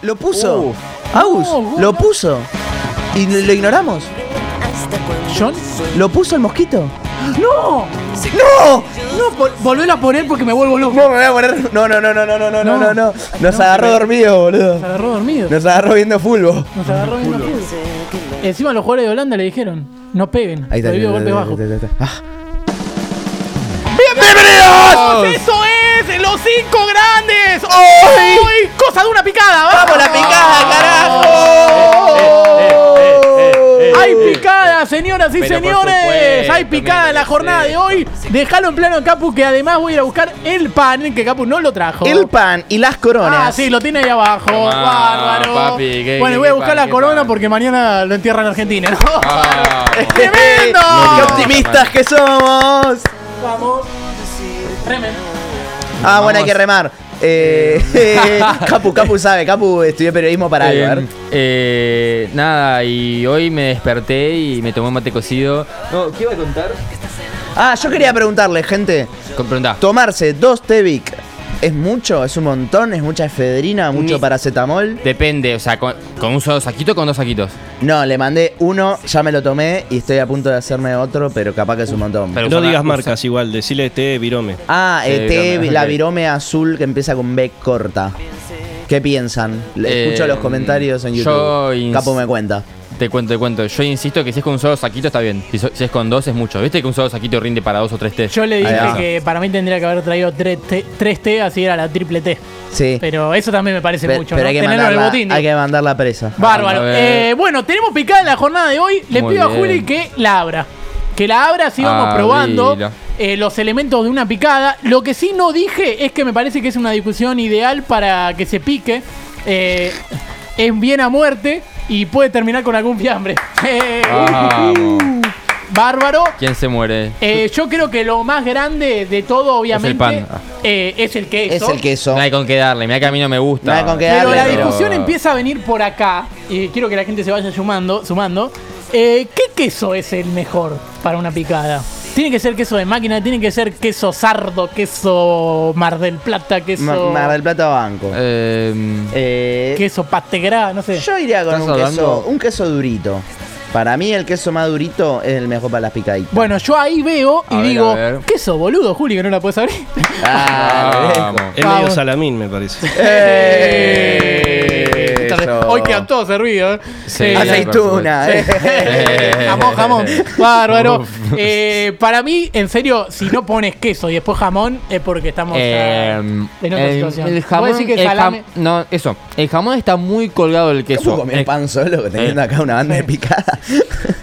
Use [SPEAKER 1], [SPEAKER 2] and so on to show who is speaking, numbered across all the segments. [SPEAKER 1] Lo puso.
[SPEAKER 2] Uh.
[SPEAKER 1] Agus,
[SPEAKER 3] No, vos
[SPEAKER 1] lo
[SPEAKER 3] no.
[SPEAKER 1] puso. ¿Y lo lo ignoramos?
[SPEAKER 3] ¿John?
[SPEAKER 1] ¿Lo puso el mosquito?
[SPEAKER 3] ¡No!
[SPEAKER 1] ¡No!
[SPEAKER 3] No, vol- volvelo a poner porque me vuelvo loco.
[SPEAKER 1] No, me voy a poner- No, no, no, no, no, no, no, no, no, no. Nos
[SPEAKER 3] No,
[SPEAKER 1] agarró
[SPEAKER 3] me-
[SPEAKER 1] dormido,
[SPEAKER 3] Se
[SPEAKER 1] boludo.
[SPEAKER 3] agarró dormido.
[SPEAKER 1] Nos agarró viendo fulbo.
[SPEAKER 3] Nos agarró bien a full. Encima los jugadores de Holanda le dijeron, no peguen.
[SPEAKER 1] Ahí está.
[SPEAKER 3] prohibido golpes bajos.
[SPEAKER 1] ahí está, ahí está. Ah. ¡Bienvenidos!
[SPEAKER 3] ¡Eso es! ¡Los cinco grandes!
[SPEAKER 1] ¡Hoy!
[SPEAKER 3] ¡Hoy! ¡Cosa de una picada!
[SPEAKER 1] ¡Vamos la picada, carajo!
[SPEAKER 3] ¡Hay picada, señoras y
[SPEAKER 2] Pero por
[SPEAKER 3] señores!
[SPEAKER 2] supuesto,
[SPEAKER 3] ¡Hay picada en la
[SPEAKER 2] mira,
[SPEAKER 3] jornada
[SPEAKER 2] sí.
[SPEAKER 3] de hoy! Dejalo en plano, Capu, que además voy a ir a buscar el pan, que Capu no lo trajo.
[SPEAKER 1] El pan y las
[SPEAKER 3] Ah,
[SPEAKER 1] coronas.
[SPEAKER 3] sí, lo tiene ahí abajo.
[SPEAKER 2] Tomá,
[SPEAKER 3] Bárbaro.
[SPEAKER 2] papi, qué-
[SPEAKER 3] bueno,
[SPEAKER 2] qué-
[SPEAKER 3] voy a
[SPEAKER 2] qué
[SPEAKER 3] buscar
[SPEAKER 2] pan,
[SPEAKER 3] la
[SPEAKER 2] qué
[SPEAKER 3] corona
[SPEAKER 2] pan.
[SPEAKER 3] porque mañana lo entierran en Argentina, ¿no?
[SPEAKER 1] Ah.
[SPEAKER 2] Vamos.
[SPEAKER 3] ¡Tremendo!
[SPEAKER 1] ¡Qué optimistas que somos!
[SPEAKER 3] Vamos. Tremendo.
[SPEAKER 1] Ah, bueno, hay
[SPEAKER 2] Vamos.
[SPEAKER 1] que remar. Eh, Capu, Capu sabe, Capu estudió periodismo para algo, a ver.
[SPEAKER 2] Eh, eh, nada, y hoy me desperté y me tomé un mate cocido. No, ¿qué iba a contar?
[SPEAKER 1] Ah, yo quería preguntarle, gente,
[SPEAKER 2] Con- Preguntá.
[SPEAKER 1] tomarse dos Tevic es mucho, es un montón, es mucha efedrina, mucho
[SPEAKER 2] Ni-
[SPEAKER 1] paracetamol.
[SPEAKER 2] Depende, o sea, con, con un solo saquito o con dos saquitos.
[SPEAKER 1] No, le mandé uno, ya me lo tomé y estoy a punto de hacerme otro, pero capaz que es un montón.
[SPEAKER 2] Pero
[SPEAKER 4] No
[SPEAKER 2] usa-
[SPEAKER 4] digas
[SPEAKER 2] usa-
[SPEAKER 4] marcas igual, decile este virome.
[SPEAKER 1] Ah,
[SPEAKER 2] Sí,
[SPEAKER 1] eh, té-
[SPEAKER 2] virome,
[SPEAKER 1] la
[SPEAKER 2] ok.
[SPEAKER 1] virome azul que empieza con B corta. ¿Qué piensan? Le-
[SPEAKER 2] Eh,
[SPEAKER 1] Escucho los comentarios en YouTube.
[SPEAKER 2] yo ins-
[SPEAKER 1] Capo me cuenta.
[SPEAKER 2] Te cuento, te cuento. Yo insisto que si es con un solo saquito está bien. Si, so- si es con dos es mucho. ¿Viste que un solo saquito rinde para dos o tres T?
[SPEAKER 3] Yo le
[SPEAKER 1] Ahí
[SPEAKER 3] dije
[SPEAKER 1] va.
[SPEAKER 3] que para mí tendría que haber traído 3T, así era la triple T.
[SPEAKER 1] Sí.
[SPEAKER 3] Pero eso también me parece
[SPEAKER 1] Pe-
[SPEAKER 3] mucho,
[SPEAKER 1] Eh. pero
[SPEAKER 3] ¿no?
[SPEAKER 1] hay, que
[SPEAKER 3] Tenerlo en el
[SPEAKER 1] mandarla,
[SPEAKER 3] botín.
[SPEAKER 1] hay
[SPEAKER 3] digo.
[SPEAKER 1] que mandarla presa.
[SPEAKER 3] Bárbaro.
[SPEAKER 2] A ver.
[SPEAKER 3] Eh, bueno, tenemos picada en la jornada de hoy. Le
[SPEAKER 2] Muy
[SPEAKER 3] pido a
[SPEAKER 2] bien.
[SPEAKER 3] Juli que la abra. Que la abra si vamos
[SPEAKER 2] Abrila.
[SPEAKER 3] probando eh, los elementos de una picada. Lo que sí no dije es que me parece que es una discusión ideal para que se pique. Eh, es bien a muerte y puede terminar con algún fiambre. Eh,
[SPEAKER 2] Vamos.
[SPEAKER 3] Bárbaro.
[SPEAKER 2] ¿Quién se muere?
[SPEAKER 3] Eh, yo creo que lo más grande de todo, obviamente,
[SPEAKER 2] pan. Ah.
[SPEAKER 3] eh, es el queso.
[SPEAKER 1] Es el queso.
[SPEAKER 2] No hay con qué darle, mira que a mí no me gusta. Em,
[SPEAKER 1] No hay con qué
[SPEAKER 3] Pero
[SPEAKER 1] darle,
[SPEAKER 3] la
[SPEAKER 1] pero-
[SPEAKER 3] discusión empieza a venir por acá. Y quiero que la gente se vaya sumando. sumando. Eh, ¿Qué queso es el mejor para una picada? Tiene que ser queso de máquina, tiene que ser queso sardo, queso mar del plata,
[SPEAKER 1] Ma-
[SPEAKER 3] queso.
[SPEAKER 1] Mar del Plata Banco.
[SPEAKER 2] Eh,
[SPEAKER 1] Eh,
[SPEAKER 3] queso pastegrá, no sé.
[SPEAKER 1] yo iría con
[SPEAKER 2] ¿Estás
[SPEAKER 1] un queso,
[SPEAKER 2] hablando?
[SPEAKER 1] un queso durito. Para mí el queso más durito es el mejor para las picaditas.
[SPEAKER 3] Bueno, yo ahí veo y
[SPEAKER 2] A ver,
[SPEAKER 3] digo,
[SPEAKER 2] a ver.
[SPEAKER 3] queso boludo, Juli, que no la puedes abrir.
[SPEAKER 1] Ah,
[SPEAKER 2] vamos.
[SPEAKER 4] Es
[SPEAKER 3] Vamos.
[SPEAKER 4] medio salamín, me parece.
[SPEAKER 1] Eh, eso.
[SPEAKER 3] Hoy quedan todos servidos. ¿eh?
[SPEAKER 2] Sí.
[SPEAKER 3] Eh, la-
[SPEAKER 1] Aceituna. eh.
[SPEAKER 3] jamón, jamón. Bárbaro. Eh, para mí, en serio, si no pones queso y después jamón, es porque estamos eh,
[SPEAKER 2] Eh,
[SPEAKER 3] en otra
[SPEAKER 2] el-
[SPEAKER 3] situación.
[SPEAKER 2] el
[SPEAKER 3] Vos
[SPEAKER 2] jamón,
[SPEAKER 3] decís que
[SPEAKER 2] el jam-
[SPEAKER 3] salame-
[SPEAKER 2] no, eso. El jamón está muy colgado del queso.
[SPEAKER 1] ¿Cómo comí el
[SPEAKER 2] Eh,
[SPEAKER 1] pan solo teniendo acá una banda de picada?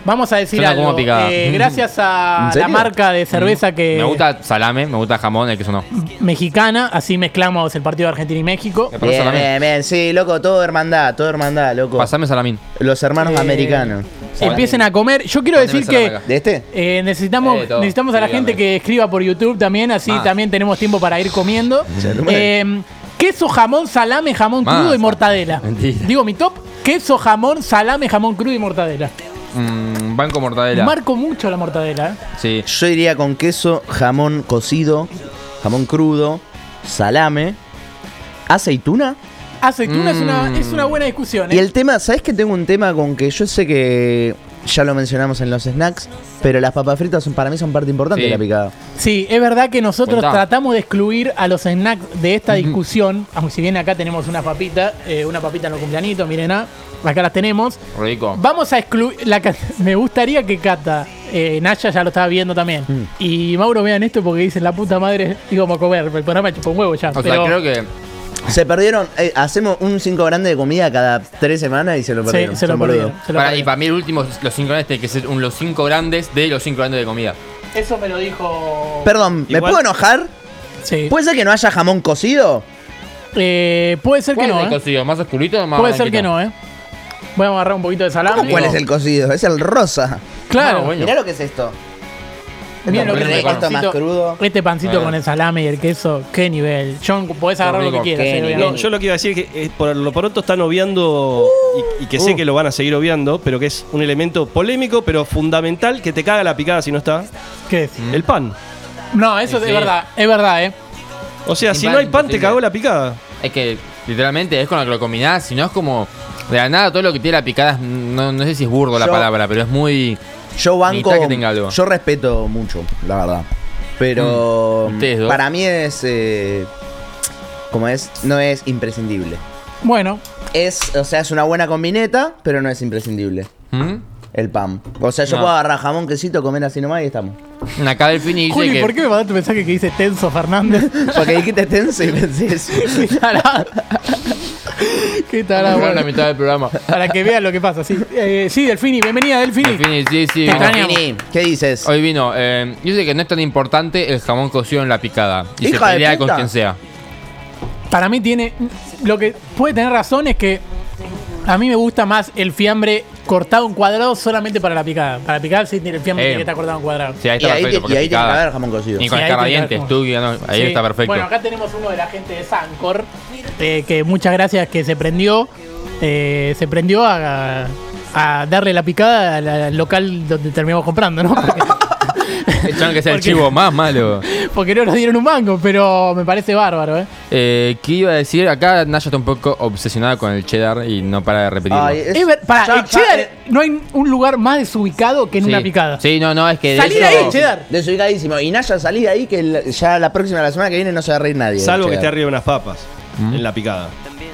[SPEAKER 3] Vamos a decir
[SPEAKER 2] Yo no como
[SPEAKER 3] algo.
[SPEAKER 2] picada. Mm.
[SPEAKER 3] Eh, gracias
[SPEAKER 1] ¿En
[SPEAKER 3] a la
[SPEAKER 1] serio?
[SPEAKER 3] marca de cerveza que
[SPEAKER 2] me gusta salame, me gusta jamón, el queso no.
[SPEAKER 3] mexicana, así mezclamos el partido de Argentina y México.
[SPEAKER 2] Me parece
[SPEAKER 1] Bien,
[SPEAKER 2] salamín.
[SPEAKER 1] bien, bien. Sí, loco, todo hermandad, todo hermandad, loco.
[SPEAKER 2] Pasame salamín.
[SPEAKER 1] Los hermanos
[SPEAKER 3] Eh,
[SPEAKER 1] americanos.
[SPEAKER 3] Empiecen a comer. Yo quiero
[SPEAKER 2] Mándeme
[SPEAKER 3] decir que
[SPEAKER 2] salame acá.
[SPEAKER 1] ¿De este?
[SPEAKER 3] Eh, necesitamos,
[SPEAKER 2] Eh, todo.
[SPEAKER 3] necesitamos a la
[SPEAKER 2] Dígame.
[SPEAKER 3] gente que escriba por YouTube también, así
[SPEAKER 2] Más.
[SPEAKER 3] también tenemos tiempo para ir comiendo.
[SPEAKER 1] Salame.
[SPEAKER 3] Eh, queso, jamón, salame, jamón
[SPEAKER 2] Más.
[SPEAKER 3] crudo y mortadela.
[SPEAKER 2] Mentira.
[SPEAKER 3] Digo, mi top, queso, jamón, salame, jamón crudo y mortadela.
[SPEAKER 2] Mm, banco mortadela.
[SPEAKER 3] Marco mucho la mortadela. ¿eh?
[SPEAKER 2] sí.
[SPEAKER 1] Yo iría con queso, jamón cocido, jamón crudo, salame, aceituna.
[SPEAKER 3] Aceituna es,
[SPEAKER 2] Mm.
[SPEAKER 3] una, es una buena discusión. ¿eh?
[SPEAKER 1] Y el tema, ¿sabes que tengo un tema con que yo sé que ya lo mencionamos en los snacks, pero las papas fritas son, para mí son parte importante
[SPEAKER 2] Sí.
[SPEAKER 1] de la picada.
[SPEAKER 3] Sí, es verdad que nosotros
[SPEAKER 2] Contá.
[SPEAKER 3] tratamos de excluir a los snacks de esta discusión, aunque si bien acá tenemos una papita, eh, una papita en los cumpleañitos, miren, ah, acá las tenemos.
[SPEAKER 2] Rico.
[SPEAKER 3] Vamos a excluir. La, ca- me gustaría que Cata, eh, Naya ya lo estaba viendo también. Y Mauro vean esto porque dicen la puta madre, digo, vamos a comer. El programa chupa un huevo ya.
[SPEAKER 2] O sea,
[SPEAKER 3] pero-
[SPEAKER 2] creo que.
[SPEAKER 1] Se perdieron, eh, hacemos un 5 grande de comida cada 3 semanas y se lo
[SPEAKER 3] Sí,
[SPEAKER 1] perdieron.
[SPEAKER 3] se lo
[SPEAKER 1] son boludos.
[SPEAKER 3] perdieron. se lo
[SPEAKER 2] para- y
[SPEAKER 3] perdieron.
[SPEAKER 2] para mí el último, los cinco grandes, tiene que ser un- los cinco grandes de los cinco grandes de comida.
[SPEAKER 3] Eso me lo dijo.
[SPEAKER 1] Perdón, ¿me
[SPEAKER 4] Igual-
[SPEAKER 1] puedo enojar?
[SPEAKER 3] Sí.
[SPEAKER 1] ¿Puede ser que no haya jamón cocido?
[SPEAKER 3] Eh, puede ser que
[SPEAKER 2] ¿Cuál es
[SPEAKER 3] no.
[SPEAKER 2] el
[SPEAKER 3] ¿eh?
[SPEAKER 2] cocido? ¿Más oscurito o más
[SPEAKER 3] Puede ser que
[SPEAKER 2] blanquito?
[SPEAKER 3] no, ¿eh? Voy a agarrar un poquito de salame.
[SPEAKER 1] ¿Cómo ¿Cuál es el cocido? Es el rosa.
[SPEAKER 3] Claro.
[SPEAKER 2] Ah, bueno.
[SPEAKER 1] Mirá lo que es esto.
[SPEAKER 3] Mira
[SPEAKER 1] Esto
[SPEAKER 3] lo que
[SPEAKER 2] es
[SPEAKER 3] es
[SPEAKER 1] re-
[SPEAKER 3] este
[SPEAKER 2] rico.
[SPEAKER 1] esto más
[SPEAKER 3] pancito.
[SPEAKER 1] crudo.
[SPEAKER 3] Este pancito
[SPEAKER 2] Ah.
[SPEAKER 3] con el salame y el queso. Qué nivel. John, podés agarrar lo que
[SPEAKER 2] rico.
[SPEAKER 3] quieras.
[SPEAKER 1] Qué
[SPEAKER 3] eh,
[SPEAKER 1] nivel.
[SPEAKER 4] No,
[SPEAKER 3] obviamente.
[SPEAKER 4] yo lo que iba a decir es que eh, por lo pronto están obviando y, y que sé
[SPEAKER 1] Uh.
[SPEAKER 4] que lo van a seguir obviando, pero que es un elemento polémico, pero fundamental que te caga la picada si no está.
[SPEAKER 3] ¿Qué es?
[SPEAKER 2] Mm.
[SPEAKER 4] El pan.
[SPEAKER 3] No, eso
[SPEAKER 2] Sí,
[SPEAKER 3] es
[SPEAKER 2] sí.
[SPEAKER 3] verdad. Es verdad, ¿eh?
[SPEAKER 4] O sea,
[SPEAKER 2] Sin
[SPEAKER 4] si
[SPEAKER 2] pan,
[SPEAKER 4] no hay pan,
[SPEAKER 2] imposible.
[SPEAKER 4] te cagó la picada.
[SPEAKER 2] Es que Literalmente es con lo que lo combinás, si no es como. De la nada, todo lo que tiene la picada, es- no, no sé si es burdo la
[SPEAKER 1] Yo-
[SPEAKER 2] palabra, pero es muy.
[SPEAKER 1] Yo banco.
[SPEAKER 2] Necesita que tenga algo.
[SPEAKER 1] Yo respeto mucho, la verdad. Pero.
[SPEAKER 2] Mm, ustedes dos.
[SPEAKER 1] Para mí es. eh, como es, no es imprescindible.
[SPEAKER 3] Bueno,
[SPEAKER 1] Es, o sea, es una buena combineta, pero no es imprescindible.
[SPEAKER 2] ¿Mm?
[SPEAKER 1] El pan. O sea, yo
[SPEAKER 2] No.
[SPEAKER 1] puedo agarrar jamón, quesito, comer así nomás y estamos.
[SPEAKER 2] Acá Delfini dice
[SPEAKER 3] Juli,
[SPEAKER 2] que.
[SPEAKER 3] ¿por qué me mandaste un mensaje que dice Tenso Fernández?
[SPEAKER 1] Porque dijiste tenso y pensé eso.
[SPEAKER 3] Qué tarado. Qué tarado.
[SPEAKER 2] Bueno, la
[SPEAKER 3] bueno.
[SPEAKER 2] mitad del programa.
[SPEAKER 3] para que vean lo que pasa, sí. Eh, sí, Delfini, bienvenida, Delfini.
[SPEAKER 2] Delfini, sí, sí.
[SPEAKER 3] Te
[SPEAKER 2] vino.
[SPEAKER 3] extraño.
[SPEAKER 1] Fini, ¿Qué dices?
[SPEAKER 2] Hoy vino. Eh, dice que no es tan importante el jamón cocido en la picada. Y
[SPEAKER 1] Hija
[SPEAKER 2] se
[SPEAKER 1] de
[SPEAKER 2] pelea con
[SPEAKER 1] puta.
[SPEAKER 2] quien sea.
[SPEAKER 3] Para mí tiene. Lo que puede tener razón es que a mí me gusta más el fiambre cortado en cuadrado solamente para la picada. Para picar, sí, el fiambre
[SPEAKER 2] Eh.
[SPEAKER 3] tiene que está cortado en cuadrado.
[SPEAKER 2] Sí, ahí
[SPEAKER 1] Y
[SPEAKER 2] está
[SPEAKER 1] ahí,
[SPEAKER 2] perfecto.
[SPEAKER 1] te-
[SPEAKER 2] porque
[SPEAKER 1] y ahí tiene que
[SPEAKER 2] picada.
[SPEAKER 1] haber jamón cocido.
[SPEAKER 3] Sí, ahí
[SPEAKER 2] Ni con
[SPEAKER 3] tiene
[SPEAKER 2] escarradientes,
[SPEAKER 3] que haber
[SPEAKER 2] tú, que no- ahí
[SPEAKER 3] Sí.
[SPEAKER 2] está perfecto.
[SPEAKER 3] Bueno, acá tenemos uno de la gente de Sancor, eh, que muchas gracias que se prendió, eh, se prendió a, a darle la picada al- al local donde terminamos comprando, ¿no?
[SPEAKER 2] El chabón que sea el
[SPEAKER 3] Porque-
[SPEAKER 2] chivo más malo.
[SPEAKER 3] Porque no nos dieron un mango, pero me parece bárbaro, ¿eh?
[SPEAKER 2] Eh, ¿Qué iba a decir? Acá Naya está un poco obsesionada con el cheddar y no para de repetirlo.
[SPEAKER 1] Ay, es-
[SPEAKER 3] Es ver- pará,
[SPEAKER 1] ya- ya-
[SPEAKER 3] el
[SPEAKER 1] eh,
[SPEAKER 3] cheddar, no hay un lugar más desubicado que en
[SPEAKER 2] Sí.
[SPEAKER 3] una picada.
[SPEAKER 2] Sí, no, no, es que. de
[SPEAKER 3] Salí de
[SPEAKER 2] hecho-
[SPEAKER 3] ahí, cheddar.
[SPEAKER 1] Desubicadísimo. Y Naya, salí de ahí que el- ya la próxima, la semana que viene, no se va a reír nadie.
[SPEAKER 4] Salvo que esté
[SPEAKER 1] Che.
[SPEAKER 4] arriba de unas papas.
[SPEAKER 2] Mm.
[SPEAKER 4] En la picada.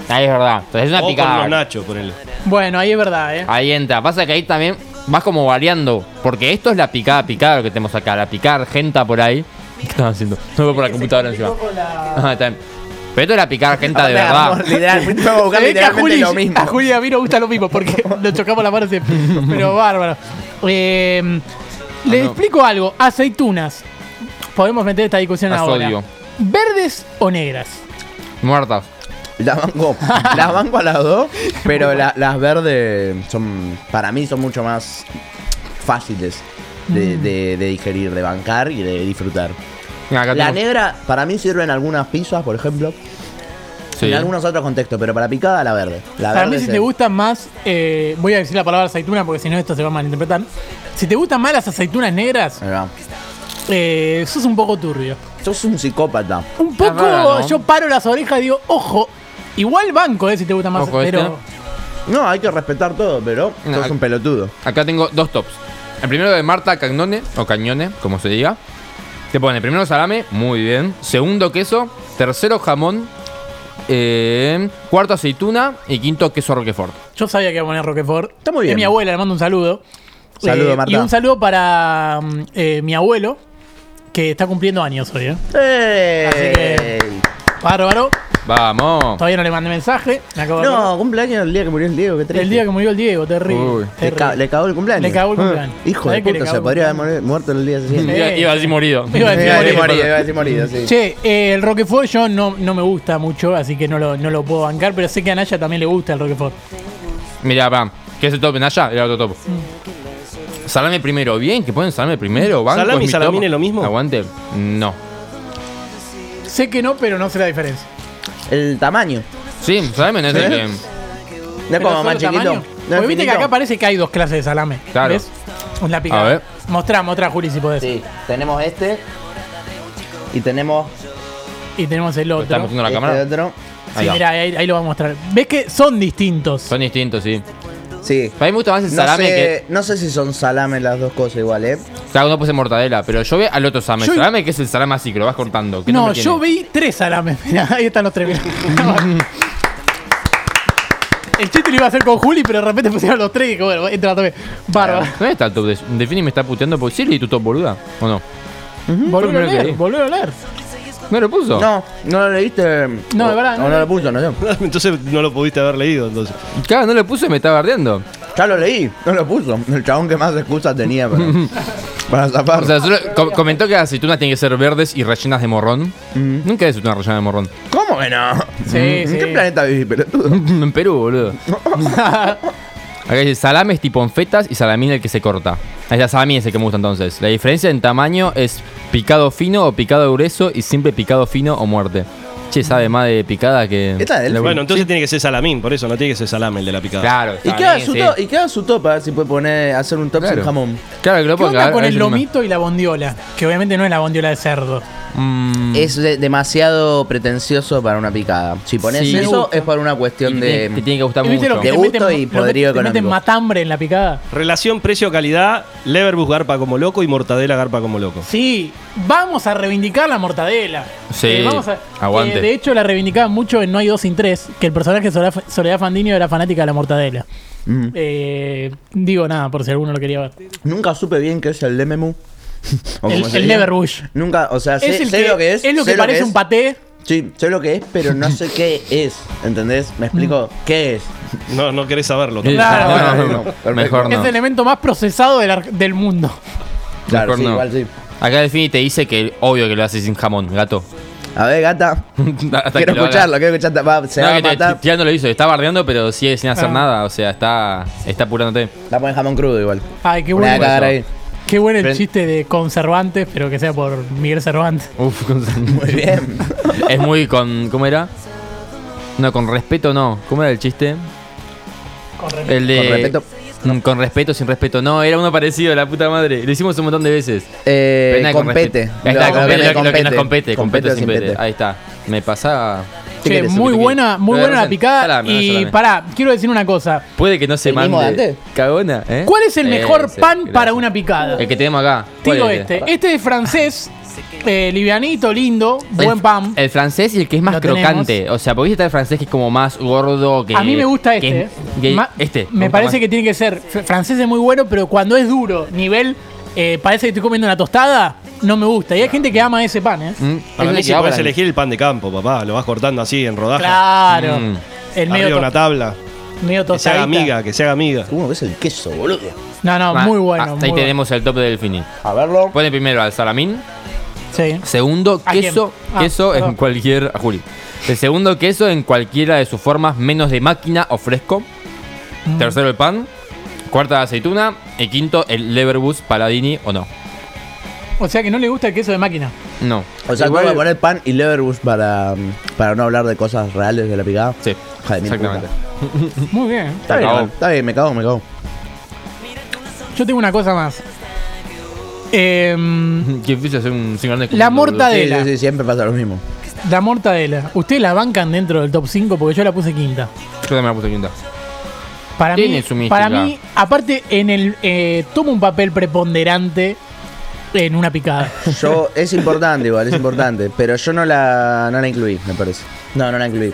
[SPEAKER 2] Ahí es verdad. Entonces es una
[SPEAKER 4] o con
[SPEAKER 2] picada.
[SPEAKER 4] unos nachos, ponele.
[SPEAKER 3] Bueno, ahí es verdad,
[SPEAKER 1] Ah,
[SPEAKER 3] ¿eh?
[SPEAKER 2] Ahí entra. Pasa que ahí también vas como variando. Porque esto es la picada picada lo que tenemos acá. La picada argenta por ahí. ¿Qué estás haciendo? No veo por la computadora encima. Ajá, está bien. Pero esto es la picada argenta de
[SPEAKER 1] Aparte,
[SPEAKER 2] verdad.
[SPEAKER 1] amor, Ah, Literal, fuimos a buscar
[SPEAKER 3] Se ve Eh, que a
[SPEAKER 1] literalmente
[SPEAKER 3] Juli,
[SPEAKER 1] lo mismo.
[SPEAKER 3] a Juli y a mí nos gusta lo mismo porque nos chocamos la mano siempre. Pero bárbaro. Eh,
[SPEAKER 1] Ah,
[SPEAKER 3] les
[SPEAKER 2] no.
[SPEAKER 3] explico algo. Aceitunas. Podemos meter esta discusión
[SPEAKER 2] Las
[SPEAKER 3] ahora.
[SPEAKER 2] odio.
[SPEAKER 3] ¿Verdes o negras?
[SPEAKER 2] Muertas.
[SPEAKER 1] Las banco, las banco a las dos, pero la- las verdes son, para mí son mucho más fáciles de,
[SPEAKER 3] Mm.
[SPEAKER 1] de- de digerir, de bancar y de disfrutar.
[SPEAKER 2] Mira, acá
[SPEAKER 1] La
[SPEAKER 2] tenemos-
[SPEAKER 1] negra, para mí sirve en algunas pizzas, por ejemplo,
[SPEAKER 2] Sí. ¿eh?
[SPEAKER 1] en algunos otros contextos, pero para picada la verde. La
[SPEAKER 3] Para
[SPEAKER 1] verde
[SPEAKER 3] mí,
[SPEAKER 1] es
[SPEAKER 3] si
[SPEAKER 1] el-
[SPEAKER 3] te gustan más. eh, voy a decir la palabra aceituna porque si no, esto se va a malinterpretar. Si te gustan más las aceitunas negras,
[SPEAKER 1] Ahí va.
[SPEAKER 3] eh, sos un poco turbio.
[SPEAKER 1] Sos un psicópata.
[SPEAKER 3] Un poco.
[SPEAKER 2] raro, ¿no?
[SPEAKER 3] Yo paro las orejas y digo, ojo. Igual banco, eh, si te gustan más.
[SPEAKER 2] Ojo,
[SPEAKER 3] pero.
[SPEAKER 2] este.
[SPEAKER 1] No, hay que respetar todo, pero
[SPEAKER 2] No,
[SPEAKER 1] sos
[SPEAKER 2] ac-
[SPEAKER 1] un pelotudo.
[SPEAKER 2] Acá tengo dos tops. El primero de Marta Cagnone, o Cañone, como se diga. Te pone primero salame, muy bien. Segundo queso. Tercero jamón. eh, cuarto aceituna. Y quinto queso roquefort.
[SPEAKER 3] Yo sabía que iba a poner Roquefort.
[SPEAKER 1] Está muy bien.
[SPEAKER 3] Es mi abuela, le mando un saludo.
[SPEAKER 1] Saludo,
[SPEAKER 3] Eh,
[SPEAKER 1] Marta.
[SPEAKER 3] Y un saludo para mm, eh, mi abuelo, que está cumpliendo años hoy, ¿eh? que-
[SPEAKER 1] ¡Ey!
[SPEAKER 3] Bárbaro.
[SPEAKER 2] Vamos.
[SPEAKER 3] Todavía no le mandé mensaje. Me acabo de acordar.
[SPEAKER 1] No, cumpleaños el día que murió el Diego, qué triste.
[SPEAKER 3] El día que murió el Diego, terrible.
[SPEAKER 2] Uy.
[SPEAKER 1] le,
[SPEAKER 3] terrible.
[SPEAKER 1] ca- le cagó el cumpleaños.
[SPEAKER 3] Le cagó el
[SPEAKER 1] Ah.
[SPEAKER 3] cumpleaños.
[SPEAKER 1] Hijo de
[SPEAKER 3] ¿Sabés que le
[SPEAKER 1] puta,
[SPEAKER 3] cagó
[SPEAKER 1] se
[SPEAKER 3] el
[SPEAKER 1] podría haber
[SPEAKER 3] cumpleaños?
[SPEAKER 1] mori- muerto en el día siguiente.
[SPEAKER 2] Iba, iba así morido.
[SPEAKER 3] Iba a decir
[SPEAKER 1] Iba a decir
[SPEAKER 3] morido.
[SPEAKER 1] morido, iba a decir morido, sí.
[SPEAKER 3] Che, eh, el Roquefort yo no, no me gusta mucho, así que no lo, no lo puedo bancar, pero sé que a Naya también le gusta el Roquefort.
[SPEAKER 2] Mirá, va. ¿Qué es el top en allá? Era otro top. Salame primero, bien, que ponen salame primero. Banco,
[SPEAKER 4] ¿Salame y
[SPEAKER 2] es mi
[SPEAKER 4] salamín
[SPEAKER 2] top.
[SPEAKER 4] es lo mismo?
[SPEAKER 2] Aguante. No.
[SPEAKER 3] Sé que no, pero no sé la diferencia.
[SPEAKER 1] El tamaño.
[SPEAKER 2] Sí, salame no es el que.
[SPEAKER 1] No es
[SPEAKER 3] Pero
[SPEAKER 1] como más
[SPEAKER 3] solo
[SPEAKER 1] chiquito.
[SPEAKER 3] tamaño.
[SPEAKER 1] No es
[SPEAKER 3] Porque viste que
[SPEAKER 1] finito.
[SPEAKER 3] acá parece que hay dos clases de salame.
[SPEAKER 2] Claro.
[SPEAKER 3] ¿Ves? La picada.
[SPEAKER 2] A ver.
[SPEAKER 3] Mostrá, mostrá, Juli, si podés.
[SPEAKER 1] Sí, tenemos este. Y tenemos
[SPEAKER 3] Y tenemos el
[SPEAKER 2] ¿Lo
[SPEAKER 3] otro.
[SPEAKER 2] ¿Estamos haciendo la
[SPEAKER 1] este
[SPEAKER 2] cámara?
[SPEAKER 1] otro.
[SPEAKER 2] Ahí
[SPEAKER 3] Sí,
[SPEAKER 2] va.
[SPEAKER 3] mirá, ahí, ahí lo va a mostrar. ¿Ves que son distintos?
[SPEAKER 2] Son distintos, sí.
[SPEAKER 1] Sí.
[SPEAKER 2] Para mí me gusta más el
[SPEAKER 1] No
[SPEAKER 2] salame que.
[SPEAKER 1] sé, no sé si son salame las dos cosas igual, ¿eh?
[SPEAKER 2] Claro, no puse mortadela, pero yo ve al otro salame.
[SPEAKER 3] Yo-
[SPEAKER 2] El salame que es el salame así, que lo vas cortando. ¿Qué
[SPEAKER 3] no,
[SPEAKER 2] nombre
[SPEAKER 3] yo
[SPEAKER 2] tiene?
[SPEAKER 3] vi tres salames. Mirá, ahí están los tres. mirá. El chiste lo iba a hacer con Juli, pero de repente pusieron los tres y dije, bueno, entra también. Bárbaro.
[SPEAKER 2] ¿Dónde está el top? de- Defini me está puteando porque sí leí tu top, boluda. ¿O no?
[SPEAKER 3] Volvieron
[SPEAKER 2] Primero
[SPEAKER 3] a
[SPEAKER 2] que
[SPEAKER 3] leer,
[SPEAKER 2] leí.
[SPEAKER 3] volvieron a leer.
[SPEAKER 2] ¿No lo puso?
[SPEAKER 1] No, no lo leíste.
[SPEAKER 3] No,
[SPEAKER 1] o-
[SPEAKER 3] de verdad,
[SPEAKER 1] o
[SPEAKER 3] no
[SPEAKER 1] No,
[SPEAKER 3] lo-
[SPEAKER 1] lo puso, no sé.
[SPEAKER 4] entonces no lo pudiste haber leído, entonces.
[SPEAKER 2] Claro, no lo puso y me está bardeando.
[SPEAKER 1] Ya lo leí, no lo puso. El chabón que más excusas tenía para, para zafar.
[SPEAKER 2] O sea, solo
[SPEAKER 3] Ah,
[SPEAKER 2] com- comentó que las aceitunas tienen que ser verdes y rellenas de morrón.
[SPEAKER 3] Mm.
[SPEAKER 2] Nunca es una rellena de morrón.
[SPEAKER 1] ¿Cómo que no?
[SPEAKER 3] Sí,
[SPEAKER 1] ¿En
[SPEAKER 3] sí.
[SPEAKER 1] qué planeta vivís, pelotudo?
[SPEAKER 2] en Perú, boludo. Acá dice salames tipo en fetas y salamín el que se corta. Ahí está, salamín es el que me gusta entonces. La diferencia en tamaño es picado fino o picado grueso y siempre picado fino o muerte. Che, sabe más de picada que.
[SPEAKER 1] Esta es de Delphi.
[SPEAKER 4] Bueno, entonces tiene que ser salamín, por eso, no tiene que ser salame el de la picada.
[SPEAKER 2] Claro,
[SPEAKER 1] Y
[SPEAKER 2] está
[SPEAKER 1] queda,
[SPEAKER 2] bien,
[SPEAKER 1] su
[SPEAKER 2] sí.
[SPEAKER 1] top, y queda su top, a ver si puede poner, hacer un top
[SPEAKER 2] Claro.
[SPEAKER 1] sin jamón.
[SPEAKER 2] Claro, que lo
[SPEAKER 3] ¿Qué
[SPEAKER 2] ponga.
[SPEAKER 3] onda
[SPEAKER 2] a ver-
[SPEAKER 3] con
[SPEAKER 2] a ver
[SPEAKER 3] el
[SPEAKER 2] si me-
[SPEAKER 3] lomito y la bondiola? Que obviamente no es la bondiola de cerdo.
[SPEAKER 2] Mm,
[SPEAKER 1] Es de- demasiado pretencioso para una picada. Si pones
[SPEAKER 2] Sí.
[SPEAKER 1] eso, es por una
[SPEAKER 2] y
[SPEAKER 1] cuestión
[SPEAKER 2] te tiene- Te
[SPEAKER 1] de.
[SPEAKER 2] tiene que gustar
[SPEAKER 3] Eh, ¿Y viste
[SPEAKER 2] mucho.
[SPEAKER 3] lo que
[SPEAKER 1] De
[SPEAKER 3] le
[SPEAKER 1] gusto
[SPEAKER 3] meten-
[SPEAKER 1] y
[SPEAKER 3] lo-
[SPEAKER 1] podrido
[SPEAKER 3] te meten
[SPEAKER 1] económico.
[SPEAKER 3] matambre en la picada?
[SPEAKER 4] Relación precio-calidad, Leverbus garpa como loco y mortadela garpa como loco.
[SPEAKER 3] Sí, vamos a reivindicar la mortadela. Eh,
[SPEAKER 2] Sí,
[SPEAKER 3] vamos
[SPEAKER 2] aguante.
[SPEAKER 3] de hecho, la reivindicaban mucho en No hay dos sin tres, que el personaje de Soledad- Soledad Fandinio era fanática de la mortadela.
[SPEAKER 1] Mm.
[SPEAKER 3] Eh, digo nada, por si alguno lo quería ver.
[SPEAKER 1] Nunca supe bien qué es el Lememu. O como
[SPEAKER 3] El,
[SPEAKER 1] se
[SPEAKER 3] el
[SPEAKER 1] diga.
[SPEAKER 3] Neverbush.
[SPEAKER 1] Nunca, o sea, sé,
[SPEAKER 3] Es el
[SPEAKER 1] sé
[SPEAKER 3] que,
[SPEAKER 1] lo que es.
[SPEAKER 3] lo
[SPEAKER 1] sé
[SPEAKER 3] que parece
[SPEAKER 1] es.
[SPEAKER 3] un paté.
[SPEAKER 1] Sí, sé lo que es, pero no sé qué es. ¿Entendés? ¿Me explico?
[SPEAKER 2] Mm.
[SPEAKER 1] ¿Qué es?
[SPEAKER 4] No, no querés saberlo.
[SPEAKER 2] Sí,
[SPEAKER 4] tampoco.
[SPEAKER 3] Claro.
[SPEAKER 2] no,
[SPEAKER 1] Bueno,
[SPEAKER 2] no,
[SPEAKER 1] perfecto.
[SPEAKER 2] Mejor
[SPEAKER 3] Es el
[SPEAKER 2] no.
[SPEAKER 3] elemento más procesado del, ar- del mundo.
[SPEAKER 1] Claro,
[SPEAKER 2] Mejor
[SPEAKER 1] sí,
[SPEAKER 2] no.
[SPEAKER 1] igual sí.
[SPEAKER 2] Acá Delfini te dice que obvio que lo hace sin jamón, gato.
[SPEAKER 1] A ver, gata.
[SPEAKER 2] Hasta que
[SPEAKER 1] quiero
[SPEAKER 2] lo haga.
[SPEAKER 1] escucharlo, quiero escucharlo. Va, se
[SPEAKER 2] No,
[SPEAKER 1] va a
[SPEAKER 2] que te-
[SPEAKER 1] matar.
[SPEAKER 2] te- ya no lo hizo, está bardeando, pero sigue sin hacer
[SPEAKER 3] Ah.
[SPEAKER 2] nada. O sea, está, está apurándote.
[SPEAKER 1] La ponen jamón crudo igual.
[SPEAKER 3] Ay, qué
[SPEAKER 1] Una de
[SPEAKER 3] bueno.
[SPEAKER 1] cagar ahí.
[SPEAKER 3] Qué bueno el
[SPEAKER 2] Pero-
[SPEAKER 3] chiste de conservantes, pero que sea por Miguel Cervantes.
[SPEAKER 2] Uf, con-
[SPEAKER 1] Muy bien.
[SPEAKER 2] es muy con. ¿Cómo era? No, con respeto no. ¿Cómo era el chiste?
[SPEAKER 3] Correcto.
[SPEAKER 2] El de.
[SPEAKER 1] Con respeto.
[SPEAKER 2] Mm, Con respeto, sin respeto. No, era uno parecido, la puta madre. Lo hicimos un montón de veces.
[SPEAKER 1] Eh,
[SPEAKER 2] Pero nada, con
[SPEAKER 1] compete.
[SPEAKER 2] respeto. Ahí está,
[SPEAKER 1] Lo- lo
[SPEAKER 2] compete,
[SPEAKER 1] que me
[SPEAKER 2] lo que- lo que nos compete. Compete
[SPEAKER 1] o
[SPEAKER 2] o sin pete. Ahí está. Me pasa.
[SPEAKER 1] ¿Qué
[SPEAKER 3] Che,
[SPEAKER 1] querés?
[SPEAKER 3] muy
[SPEAKER 2] ¿Qué
[SPEAKER 3] buena,
[SPEAKER 2] querés?
[SPEAKER 3] muy
[SPEAKER 2] Lo
[SPEAKER 3] buena la
[SPEAKER 2] agarré.
[SPEAKER 3] picada.
[SPEAKER 2] Salame,
[SPEAKER 3] y
[SPEAKER 2] salame.
[SPEAKER 3] pará, quiero decir una cosa.
[SPEAKER 2] Puede que no se
[SPEAKER 1] ¿El mismo de
[SPEAKER 2] mande.
[SPEAKER 1] antes?
[SPEAKER 2] Cagona, ¿eh?
[SPEAKER 3] ¿Cuál es el
[SPEAKER 2] Eh,
[SPEAKER 3] mejor
[SPEAKER 2] sí,
[SPEAKER 3] pan
[SPEAKER 2] gracias.
[SPEAKER 3] para una picada?
[SPEAKER 2] El que tenemos acá. ¿Cuál
[SPEAKER 3] Digo
[SPEAKER 2] es el que-
[SPEAKER 3] este. Este es francés, eh, livianito, lindo,
[SPEAKER 2] El-
[SPEAKER 3] buen pan.
[SPEAKER 2] El francés y el que es más
[SPEAKER 3] Lo
[SPEAKER 2] crocante.
[SPEAKER 3] tenemos.
[SPEAKER 2] O sea, porque está el francés que es como más gordo que.
[SPEAKER 3] a mí me gusta este.
[SPEAKER 2] que-
[SPEAKER 3] eh.
[SPEAKER 2] que-
[SPEAKER 3] Ma-
[SPEAKER 2] este.
[SPEAKER 3] Me parece que tiene que ser. fr- Francés es muy bueno, pero cuando es duro, nivel, eh, parece que estoy comiendo una tostada, no me gusta. Y hay gente que ama ese pan, ¿eh?
[SPEAKER 2] Mm,
[SPEAKER 4] Para mí si puedes elegir el pan de campo, papá. Lo vas cortando así en rodajas.
[SPEAKER 3] Claro.
[SPEAKER 2] Mm.
[SPEAKER 3] El
[SPEAKER 4] Arriba
[SPEAKER 3] medio,
[SPEAKER 4] una
[SPEAKER 3] to
[SPEAKER 4] tabla.
[SPEAKER 3] medio
[SPEAKER 4] Que se haga
[SPEAKER 3] tostadita.
[SPEAKER 4] amiga, que se haga amiga.
[SPEAKER 1] Uno ves el queso, boludo.
[SPEAKER 3] No, no, muy bueno.
[SPEAKER 2] Ah, Ahí
[SPEAKER 3] muy bueno.
[SPEAKER 2] tenemos el top de Delfini.
[SPEAKER 1] A verlo.
[SPEAKER 2] Pone primero al salamín.
[SPEAKER 3] Sí.
[SPEAKER 2] Segundo,
[SPEAKER 3] ¿A quién?
[SPEAKER 2] queso.
[SPEAKER 3] Ah,
[SPEAKER 2] queso en
[SPEAKER 3] perdón.
[SPEAKER 2] cualquier. A Juli. El segundo, queso en cualquiera de sus formas, menos de máquina o fresco.
[SPEAKER 3] Mm.
[SPEAKER 2] Tercero, el pan. Cuarta, la aceituna. Y quinto, el Leverbus, Paladini o no.
[SPEAKER 3] O sea que no le gusta el queso de máquina.
[SPEAKER 2] No.
[SPEAKER 1] O sea,
[SPEAKER 2] Igual-
[SPEAKER 1] voy a poner pan y leverbus para, para no hablar de cosas reales de la picada.
[SPEAKER 2] Sí,
[SPEAKER 1] Hija de mil
[SPEAKER 2] exactamente.
[SPEAKER 1] puta.
[SPEAKER 3] Muy bien.
[SPEAKER 1] Está
[SPEAKER 2] Me
[SPEAKER 1] bien,
[SPEAKER 2] cago.
[SPEAKER 1] igual. está bien, me cago, me cago.
[SPEAKER 3] Yo tengo una cosa más. Em,
[SPEAKER 2] Qué difícil hacer un sin grande-
[SPEAKER 3] La morta-
[SPEAKER 1] Sí,
[SPEAKER 3] Adela.
[SPEAKER 1] sí, sí, siempre pasa lo mismo.
[SPEAKER 3] la mortadela. Ustedes la bancan dentro del top 5 porque yo la puse quinta.
[SPEAKER 2] Yo también la puse quinta.
[SPEAKER 3] Para
[SPEAKER 2] Tiene
[SPEAKER 3] mí,
[SPEAKER 2] su mística.
[SPEAKER 3] para mí, aparte, en el eh, toma un papel preponderante en una picada.
[SPEAKER 1] Yo, es importante igual, es importante. Pero yo no la, no la incluí, me parece. No, no la incluí.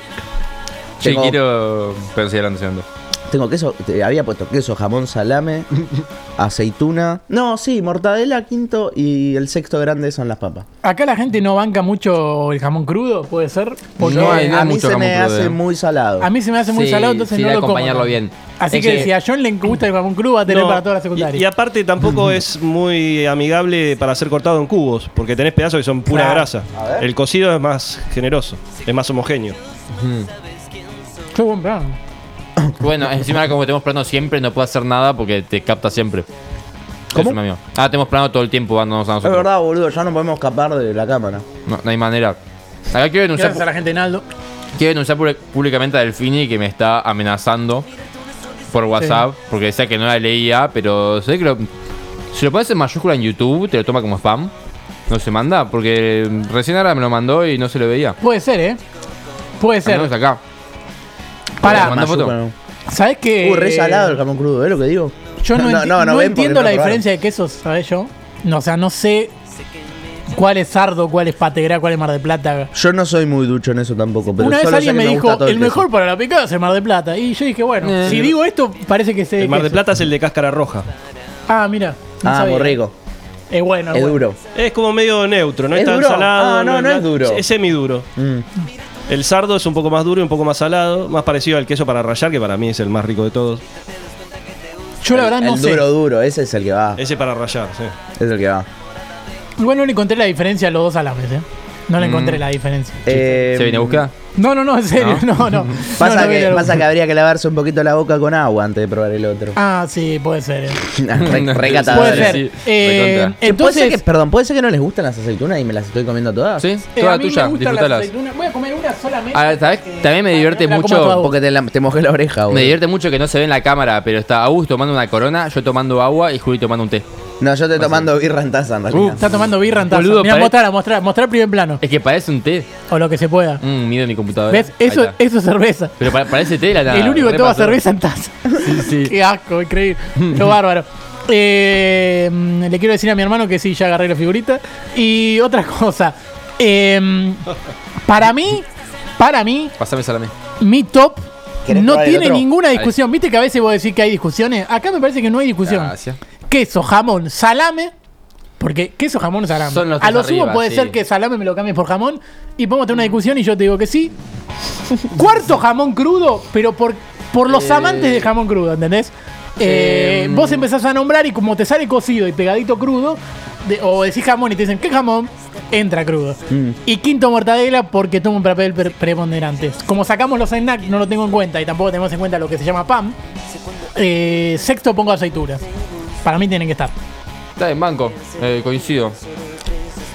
[SPEAKER 2] Che,
[SPEAKER 1] Tengo-
[SPEAKER 2] quiero. Pero sí, adelante, adelante.
[SPEAKER 1] Tengo queso, te había puesto queso, jamón, salame, aceituna. No, sí, mortadela, quinto y el sexto grande son las papas.
[SPEAKER 3] Acá la gente no banca mucho el jamón crudo, puede ser. Porque
[SPEAKER 2] No hay-
[SPEAKER 1] a mí
[SPEAKER 2] mucho
[SPEAKER 1] se
[SPEAKER 2] jamón
[SPEAKER 1] me
[SPEAKER 2] crudo,
[SPEAKER 1] hace
[SPEAKER 2] eh.
[SPEAKER 1] muy salado.
[SPEAKER 3] a mí se me hace muy
[SPEAKER 2] Sí,
[SPEAKER 3] salado, entonces
[SPEAKER 2] sí,
[SPEAKER 3] no
[SPEAKER 2] de
[SPEAKER 3] lo como.
[SPEAKER 2] acompañarlo bien.
[SPEAKER 3] Así
[SPEAKER 2] Es
[SPEAKER 3] que,
[SPEAKER 2] que-
[SPEAKER 3] si a John le gusta el jamón crudo, va a tener
[SPEAKER 4] No,
[SPEAKER 3] para toda la
[SPEAKER 4] y,
[SPEAKER 3] secundaria.
[SPEAKER 4] y aparte tampoco es muy amigable para ser cortado en cubos, porque tenés pedazos que son pura
[SPEAKER 3] Claro.
[SPEAKER 4] grasa. El cocido es más generoso, es más homogéneo.
[SPEAKER 3] Qué buen plan.
[SPEAKER 2] Bueno, encima como tenemos plano siempre, no puedo hacer nada porque te capta siempre.
[SPEAKER 1] ¿Cómo?
[SPEAKER 2] Eso, amigo. Ah, tenemos plano todo el tiempo dándonos a
[SPEAKER 1] Es
[SPEAKER 2] nosotros.
[SPEAKER 1] verdad, boludo, ya no podemos escapar de la cámara.
[SPEAKER 2] No, no hay manera. Acá quiero denunciar,
[SPEAKER 3] Gracias a la gente de Naldo.
[SPEAKER 2] quiero denunciar public- públicamente a Delfini que me está amenazando por WhatsApp porque decía que no la leía, pero sé que lo- si lo pones en mayúscula en YouTube, te lo toma como spam. No se manda, porque recién ahora me lo mandó y no se lo veía.
[SPEAKER 3] Puede ser, ¿eh? Puede
[SPEAKER 2] Al menos
[SPEAKER 3] ser.
[SPEAKER 2] acá.
[SPEAKER 3] Pará,
[SPEAKER 2] Manda foto.
[SPEAKER 1] Mayúscula.
[SPEAKER 3] ¿sabes qué?
[SPEAKER 1] Ah, Uh, re salado el jamón crudo, ¿ves lo que digo?
[SPEAKER 3] eh, Yo no,
[SPEAKER 1] No,
[SPEAKER 3] enti-
[SPEAKER 1] no, no
[SPEAKER 3] no
[SPEAKER 1] ven porque
[SPEAKER 3] entiendo
[SPEAKER 1] no
[SPEAKER 3] la
[SPEAKER 1] probaron.
[SPEAKER 3] diferencia de quesos, ¿sabes yo? No, o sea, no sé cuál es sardo, cuál es pategrá, cuál es Mar de Plata.
[SPEAKER 1] Yo no soy muy ducho en eso tampoco, pero
[SPEAKER 3] Una vez
[SPEAKER 1] solo sé
[SPEAKER 3] alguien
[SPEAKER 1] que
[SPEAKER 3] me
[SPEAKER 1] gusta
[SPEAKER 3] dijo,
[SPEAKER 1] todo
[SPEAKER 3] el,
[SPEAKER 1] queso".
[SPEAKER 3] mejor para la picada es el Mar de Plata. Y yo dije, bueno,
[SPEAKER 2] Eh.
[SPEAKER 3] si digo esto, parece que sé.
[SPEAKER 4] El Mar de
[SPEAKER 3] queso.
[SPEAKER 4] Plata es el de cáscara roja.
[SPEAKER 3] Ah, mira. no
[SPEAKER 1] Ah,
[SPEAKER 3] sabía.
[SPEAKER 1] muy rico.
[SPEAKER 3] Es bueno,
[SPEAKER 1] Es
[SPEAKER 3] bueno.
[SPEAKER 1] duro.
[SPEAKER 4] Es como medio neutro, no es,
[SPEAKER 1] ¿Es
[SPEAKER 4] tan
[SPEAKER 1] duro?
[SPEAKER 4] salado.
[SPEAKER 1] Ah, no, no es
[SPEAKER 4] blan-
[SPEAKER 1] duro.
[SPEAKER 4] Es semiduro.
[SPEAKER 1] Mm.
[SPEAKER 4] El sardo es un poco más duro y un poco más salado, más parecido al queso para rallar, que para mí es el más rico de todos.
[SPEAKER 3] Yo la verdad
[SPEAKER 1] el
[SPEAKER 3] no sé.
[SPEAKER 1] duro, duro, ese es el que va.
[SPEAKER 4] Ese para rallar, sí.
[SPEAKER 1] Es el que va.
[SPEAKER 3] Igual no le encontré la diferencia a los dos salames, ¿eh? No
[SPEAKER 1] Mm.
[SPEAKER 3] le encontré la diferencia.
[SPEAKER 1] Eh,
[SPEAKER 2] ¿Se viene a buscar?
[SPEAKER 3] No, no, no, en serio, no, no.
[SPEAKER 1] Pasa,
[SPEAKER 3] No,
[SPEAKER 1] que,
[SPEAKER 3] no viene-
[SPEAKER 1] pasa que habría que lavarse un poquito la boca con agua antes de probar el otro.
[SPEAKER 3] Ah, sí, puede ser. eh.
[SPEAKER 1] Re-
[SPEAKER 3] Puede
[SPEAKER 1] Recatadores.
[SPEAKER 3] ser.
[SPEAKER 2] Sí,
[SPEAKER 1] Che,
[SPEAKER 3] Eh,
[SPEAKER 2] recontra.
[SPEAKER 1] ¿puede ser
[SPEAKER 3] entonces,
[SPEAKER 1] que- perdón, ¿puede ser que no les gustan las aceitunas y me las estoy comiendo todas?
[SPEAKER 2] Sí,
[SPEAKER 3] eh, a
[SPEAKER 2] toda
[SPEAKER 3] mí
[SPEAKER 2] tuya,
[SPEAKER 3] me gustan las
[SPEAKER 2] disfrutalas.
[SPEAKER 3] aceitunas. Voy a comer una solamente.
[SPEAKER 2] Ah, ¿sabes?
[SPEAKER 3] porque-
[SPEAKER 2] También me
[SPEAKER 3] Ah,
[SPEAKER 2] divierte
[SPEAKER 3] la como
[SPEAKER 2] mucho
[SPEAKER 3] toda vos.
[SPEAKER 1] Porque te, la- te mojé la oreja, boludo.
[SPEAKER 2] Me divierte mucho que no se ve en la cámara, pero está Agus tomando una corona, yo tomando agua y Juli tomando un té.
[SPEAKER 1] No, yo estoy tomando birra en taza, en realidad.
[SPEAKER 3] Uh, Está tomando birra en taza.
[SPEAKER 2] Boludo,
[SPEAKER 3] Mirá,
[SPEAKER 2] pare-
[SPEAKER 3] mostrar, mostrar, mostrar primer plano.
[SPEAKER 2] Es que parece un té.
[SPEAKER 3] O lo que se pueda.
[SPEAKER 2] Mm, mira mi computadora.
[SPEAKER 3] ¿Ves?
[SPEAKER 2] Ahí
[SPEAKER 3] Eso,
[SPEAKER 2] está.
[SPEAKER 3] eso es cerveza.
[SPEAKER 2] Pero pa- parece té la nada.
[SPEAKER 3] El único que
[SPEAKER 2] re
[SPEAKER 3] toma
[SPEAKER 2] pasó.
[SPEAKER 3] cerveza en taza.
[SPEAKER 2] Sí, sí.
[SPEAKER 3] Qué asco, increíble. Lo bárbaro. Eh, mm, le quiero decir a mi hermano que sí, ya agarré la figurita. Y otra cosa. eh, para mí, para mí,
[SPEAKER 2] Pásame salame.
[SPEAKER 3] mi top
[SPEAKER 1] ¿Querés
[SPEAKER 3] no
[SPEAKER 1] probar el
[SPEAKER 3] tiene
[SPEAKER 1] otro?
[SPEAKER 3] ninguna discusión. Viste que a veces vos decís que hay discusiones. Acá me parece que no hay discusión.
[SPEAKER 2] Gracias.
[SPEAKER 3] Queso, jamón, salame. Porque queso, jamón, salame.
[SPEAKER 2] Son los
[SPEAKER 3] a
[SPEAKER 2] tres
[SPEAKER 3] lo sumo
[SPEAKER 2] arriba,
[SPEAKER 3] puede
[SPEAKER 2] sí.
[SPEAKER 3] ser que salame me lo cambies por jamón y podemos tener una discusión y yo te digo que sí. Cuarto jamón crudo, pero por, por los
[SPEAKER 2] Eh.
[SPEAKER 3] amantes del jamón crudo, ¿entendés? Eh,
[SPEAKER 1] Em.
[SPEAKER 2] Eh,
[SPEAKER 3] vos empezás a nombrar y como te sale cocido y pegadito crudo, de- o decís jamón y te dicen, ¿qué jamón? Entra crudo.
[SPEAKER 1] Mm.
[SPEAKER 3] Y quinto mortadela porque toma un papel pre- preponderante. Como sacamos los snacks, no lo tengo en cuenta y tampoco tenemos en cuenta lo que se llama pan. Eh, sexto pongo aceituras. Para mí tienen que estar.
[SPEAKER 2] Está en banco, eh, coincido.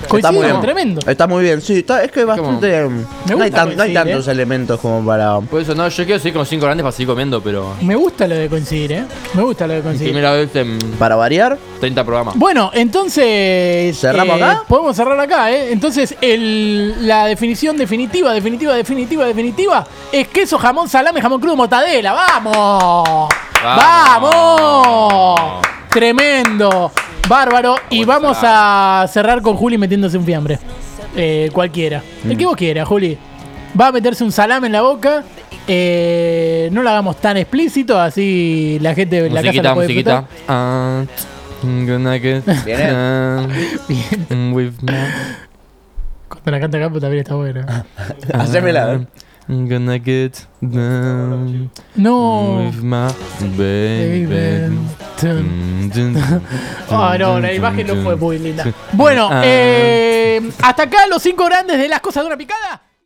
[SPEAKER 1] Está muy
[SPEAKER 3] Coincido,
[SPEAKER 1] bien.
[SPEAKER 3] tremendo.
[SPEAKER 1] Está muy bien, sí, está- es que bastante. no, hay
[SPEAKER 3] gusta
[SPEAKER 1] tan- no hay
[SPEAKER 3] coincidir,
[SPEAKER 1] tantos
[SPEAKER 3] ¿eh?
[SPEAKER 1] elementos como para.
[SPEAKER 2] Por eso no, yo quiero seguir con cinco grandes para seguir comiendo, pero.
[SPEAKER 3] Me gusta lo de coincidir, ¿eh? Me gusta lo de coincidir.
[SPEAKER 2] Primera vez en
[SPEAKER 1] Para variar.
[SPEAKER 2] 30 programas.
[SPEAKER 3] Bueno, entonces.
[SPEAKER 1] ¿Cerramos
[SPEAKER 3] eh,
[SPEAKER 1] acá?
[SPEAKER 3] Podemos cerrar acá, ¿eh? Entonces, el- la definición definitiva, definitiva, definitiva, definitiva es queso, jamón, salame, jamón crudo, mortadela. ¡Vamos!
[SPEAKER 2] Vamos.
[SPEAKER 3] ¡Vamos! Tremendo. Bárbaro. Y
[SPEAKER 2] Vamos
[SPEAKER 3] vamos a cerrar con Juli metiéndose un fiambre. Eh, cualquiera. El que vos quieras, Juli. Va a meterse un salame en la boca. Eh, no lo hagamos tan explícito, así la gente de la casa
[SPEAKER 2] musiquita,
[SPEAKER 3] lo puede
[SPEAKER 2] musiquita.
[SPEAKER 3] disfrutar.
[SPEAKER 2] Ah, I'm gonna get
[SPEAKER 1] Viene.
[SPEAKER 2] down
[SPEAKER 3] Bien.
[SPEAKER 2] with my-
[SPEAKER 3] Cuando la canta Campo también está
[SPEAKER 2] Ah.
[SPEAKER 3] buena.
[SPEAKER 1] Hacémela.
[SPEAKER 2] I'm gonna get down
[SPEAKER 3] No.
[SPEAKER 2] with my baby. Mm, dun, dun.
[SPEAKER 3] Ah, no, la imagen no fue muy linda. Bueno,
[SPEAKER 2] Ah.
[SPEAKER 3] eh, hasta acá los cinco grandes de las cosas de una picada.